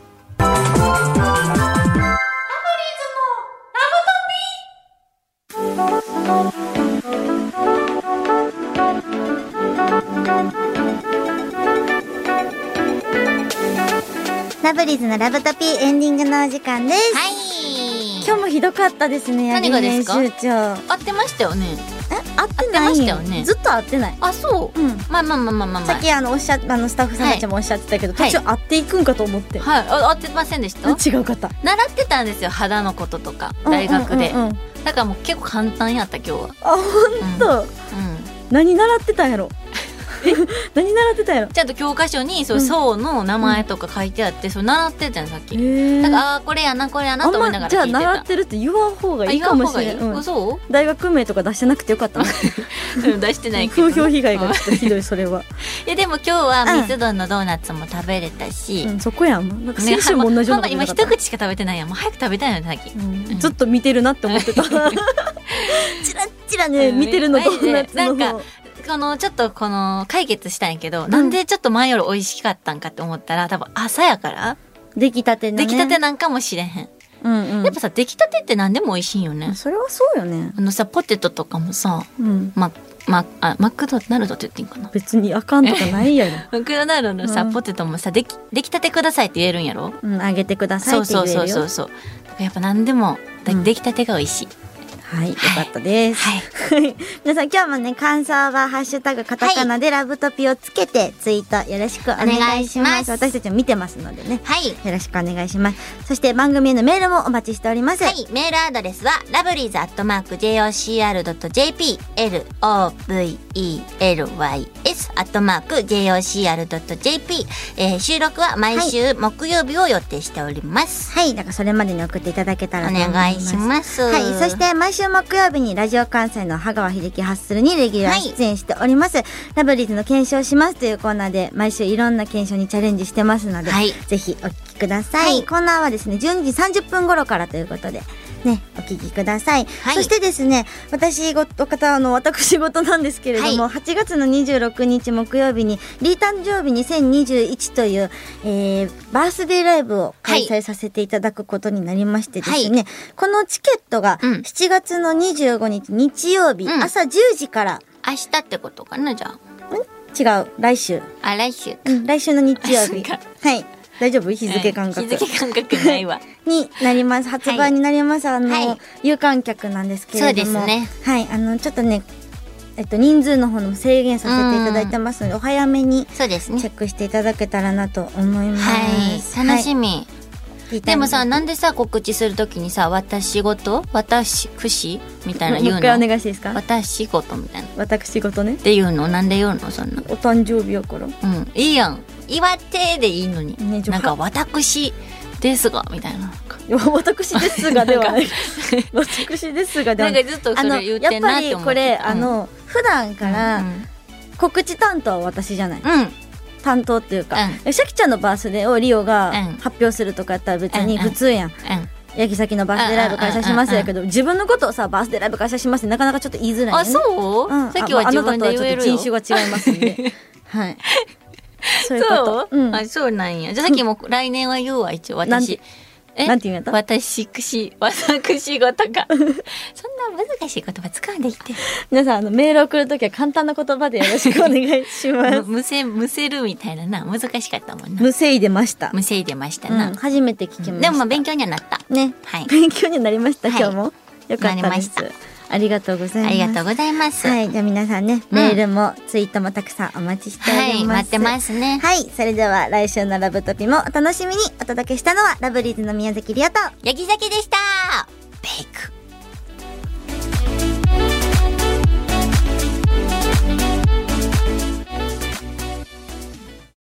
Speaker 3: ラブリーズのラブトピーエンディングのお時間です。
Speaker 2: はい。
Speaker 1: 今日もひどかったですね、八
Speaker 2: 何
Speaker 1: 木
Speaker 2: が
Speaker 1: 編
Speaker 2: ですか
Speaker 1: 集長。
Speaker 2: 合ってましたよね。
Speaker 1: え、合って
Speaker 2: ない
Speaker 1: ない
Speaker 2: 合ってましたよね
Speaker 1: ずっと合ってない。
Speaker 2: あ、そう。
Speaker 1: うん。
Speaker 2: まあまあまあまあまあま
Speaker 1: さ
Speaker 2: あ
Speaker 1: っ。きあのおっしゃあのスタッフさんたちもおっしゃってたけど、
Speaker 2: はい
Speaker 1: 途中合っていくんかと思って、
Speaker 2: はい。あ合ってませんでした
Speaker 1: 違うかった
Speaker 2: 習ってたんですよ。肌のこととか。大学で
Speaker 1: うん。うんうんうん
Speaker 2: だからもう結構簡単やった、今日は。
Speaker 1: あ
Speaker 2: うん
Speaker 1: 本当、
Speaker 2: うん。
Speaker 1: 何習ってたんやろ 何習ってたんやろ
Speaker 2: ちゃんと教科書に、そう、
Speaker 1: うん
Speaker 2: 層の名前とか書いてあって、そう、習ってたんさっき。
Speaker 1: へ
Speaker 2: だ
Speaker 1: ー
Speaker 2: から、あーこれやな、これやなと思いなが
Speaker 1: じゃ
Speaker 2: ら
Speaker 1: あ
Speaker 2: 聞いて
Speaker 1: 習
Speaker 2: た
Speaker 1: っ。てるって言わん方がいいかもしれない、
Speaker 2: あ言わん方がいい
Speaker 1: うん
Speaker 2: そう
Speaker 1: 大学名とか出してなくてよかったな
Speaker 2: うん出してないけど
Speaker 1: 風評被害がちょっとひどいそれは、
Speaker 2: いやでも今日は水戸のドーナツも食べれたし、
Speaker 1: うん、そこやんなんか先週も同じようなこと
Speaker 2: ママ今
Speaker 1: なか
Speaker 2: 一
Speaker 1: った、
Speaker 2: 口しか食べてないやんもう早く食べたいのよさっき
Speaker 1: うんずっと見てるなって思ってたチラッチラね見てるのドーナツの方
Speaker 2: なんかこのちょっとこの解決したんやけど、なんでちょっと前より美味しかったんかって思ったら多分朝やから
Speaker 1: 出来たてのね
Speaker 2: 出来たてなんかもしれへん、
Speaker 1: うん
Speaker 2: やっぱさ出来たてって何でも美味しいよ
Speaker 1: うん
Speaker 2: ね
Speaker 1: それはそうよね
Speaker 2: あのさポテトとかもさ
Speaker 1: うん
Speaker 2: ママあマクドナルドって言っていいんかな
Speaker 1: 別にあかんとかないやろ
Speaker 2: マクドナルドのさ、
Speaker 1: うん
Speaker 2: ポテトもさでき出来たてくださいって言えるんやろ
Speaker 1: うん、あげてください
Speaker 2: そう
Speaker 1: って言
Speaker 2: そ
Speaker 1: え
Speaker 2: う
Speaker 1: るよ。
Speaker 2: そうそうそうだからやっぱ何でもだ
Speaker 1: うん
Speaker 2: 出来たてが美味しい、
Speaker 1: はい、よかったです。
Speaker 2: はい
Speaker 3: 皆さん今日もね、感想はハッシュタグカタカナでラブトピをつけてツイートよろしくお願いします。
Speaker 2: お願いします
Speaker 3: 私たちも見てますのでね。
Speaker 2: はい
Speaker 3: よろしくお願いします。そして番組へのメールもお待ちしております。
Speaker 2: はい、メールアドレスは、ラブリーズアットマーク JOCR.jp、LOVELYS アットマーク JOCR.jp、えー収録は毎週木曜日を予定しております。
Speaker 3: はい、だからそれまでに送っていただけたらと
Speaker 2: お
Speaker 3: 思います。
Speaker 2: 願いします。
Speaker 3: はい、そして毎週木曜日にラジオ関西の羽川秀樹ハッスルにレギュラー出演しております、ラブリーズの検証しますというコーナーで毎週いろんな検証にチャレンジしてますので、
Speaker 2: はい
Speaker 3: ぜひお聞きください、
Speaker 2: はい
Speaker 3: コーナーはですね12時30分頃からということでね、お聞きください、
Speaker 2: はい
Speaker 3: そしてですね私ごお方あの私事なんですけれども、8月の26日木曜日にリー誕生日2021という、えーバースデーライブを開催させていただくことになりましてですね、
Speaker 2: はい
Speaker 3: このチケットが
Speaker 2: うん
Speaker 3: 7月の25日日曜日、
Speaker 2: うん
Speaker 3: 朝10時から、
Speaker 2: 明日ってことかな、じゃあ。
Speaker 3: 違う、来週。
Speaker 2: あ、来週。
Speaker 3: うん来週の日曜
Speaker 2: そっ
Speaker 3: 日。
Speaker 2: か
Speaker 3: はい。大丈夫日付感
Speaker 2: うん
Speaker 3: 覚。
Speaker 2: 日付感覚ないわ。
Speaker 3: になります。発売になります。あの、
Speaker 2: はい
Speaker 3: 有観客なんですけれども。
Speaker 2: そうですね。
Speaker 3: はい。あの、ちょっとね、えっと、人数の方の制限させていただいてますので、お早めに
Speaker 2: そうです
Speaker 3: チェ
Speaker 2: ね。
Speaker 3: ックしていただけたらなと思います。
Speaker 2: はい、楽しみ。
Speaker 3: み
Speaker 2: でもさ、なんでさ、告知するときにさ、私事私、くしみたいな
Speaker 1: もう
Speaker 2: 言う
Speaker 1: 一回お
Speaker 2: の
Speaker 1: 願いしていいですか
Speaker 2: 私事みたいな。
Speaker 1: 私事ね
Speaker 2: っ。ていうのなんで言うのそんな
Speaker 1: お誕生日やから。
Speaker 2: うんいいやん岩手でいいのに、
Speaker 1: ねちょ
Speaker 2: なんか私ですがみたいななんか
Speaker 1: いや私ですがではない。私ですがではない。
Speaker 2: ずっと
Speaker 3: あ
Speaker 2: そ
Speaker 3: の、
Speaker 2: れ言
Speaker 3: や
Speaker 2: って
Speaker 3: っ
Speaker 2: んな
Speaker 3: ぱ
Speaker 2: って
Speaker 3: り
Speaker 2: 思
Speaker 3: こ
Speaker 2: って
Speaker 3: れ、
Speaker 2: た
Speaker 3: あの、普段か
Speaker 2: うん
Speaker 3: ら告知担当は私じゃない。
Speaker 2: うん、うん
Speaker 3: 担当っていうか、
Speaker 2: う
Speaker 3: シャキちゃんのバースデーをリオが
Speaker 2: うん
Speaker 3: 発表するとかやったら別に
Speaker 2: うんうん
Speaker 3: 普通やん。八木崎のバースデーライブ開催しますやけど、自分のことをさ、バースデーライブ開催しますってなかなかちょっと言いづらい、ね。
Speaker 2: あそう、
Speaker 3: うん
Speaker 2: さっきは
Speaker 3: あ
Speaker 2: 自分で言えるよ
Speaker 3: あなたとはちょっと人種が違いますん で。はい。そういうこと
Speaker 2: そ。う、
Speaker 3: うん。
Speaker 2: あそうなんやじゃあさっきも来年は言うわ一応
Speaker 1: なんて
Speaker 2: 私え
Speaker 1: なんて言うんやった
Speaker 2: 私くし 私 事がそんな難しい言葉使わんでいいって
Speaker 1: 皆さん、あの、メール送るときは簡単な言葉でよろしくお願いします
Speaker 2: む。むせむせるみたいなな難しかったもんな
Speaker 1: むせいでました。
Speaker 2: むせいでました
Speaker 3: う
Speaker 2: な、
Speaker 3: ん、初めて聞きました。
Speaker 2: でもまあ勉強にはなった
Speaker 3: ね。
Speaker 2: はい
Speaker 1: 勉強になりました、
Speaker 2: はい
Speaker 1: 今日も。よかった
Speaker 2: なり
Speaker 1: で
Speaker 2: ますした。
Speaker 1: ありがとうござい
Speaker 2: あ
Speaker 1: ます。
Speaker 2: りがとうございます。は、
Speaker 1: はいい、じゃあ皆さんね、
Speaker 2: うん
Speaker 1: メールもツイートもたくさんお待ちしております。
Speaker 2: 待ってますね。
Speaker 1: はい、それでは来週のラブトピもお楽しみにお届けしたのはラブリーズの宮崎りおと。
Speaker 2: ヤギザキでした。ベイク。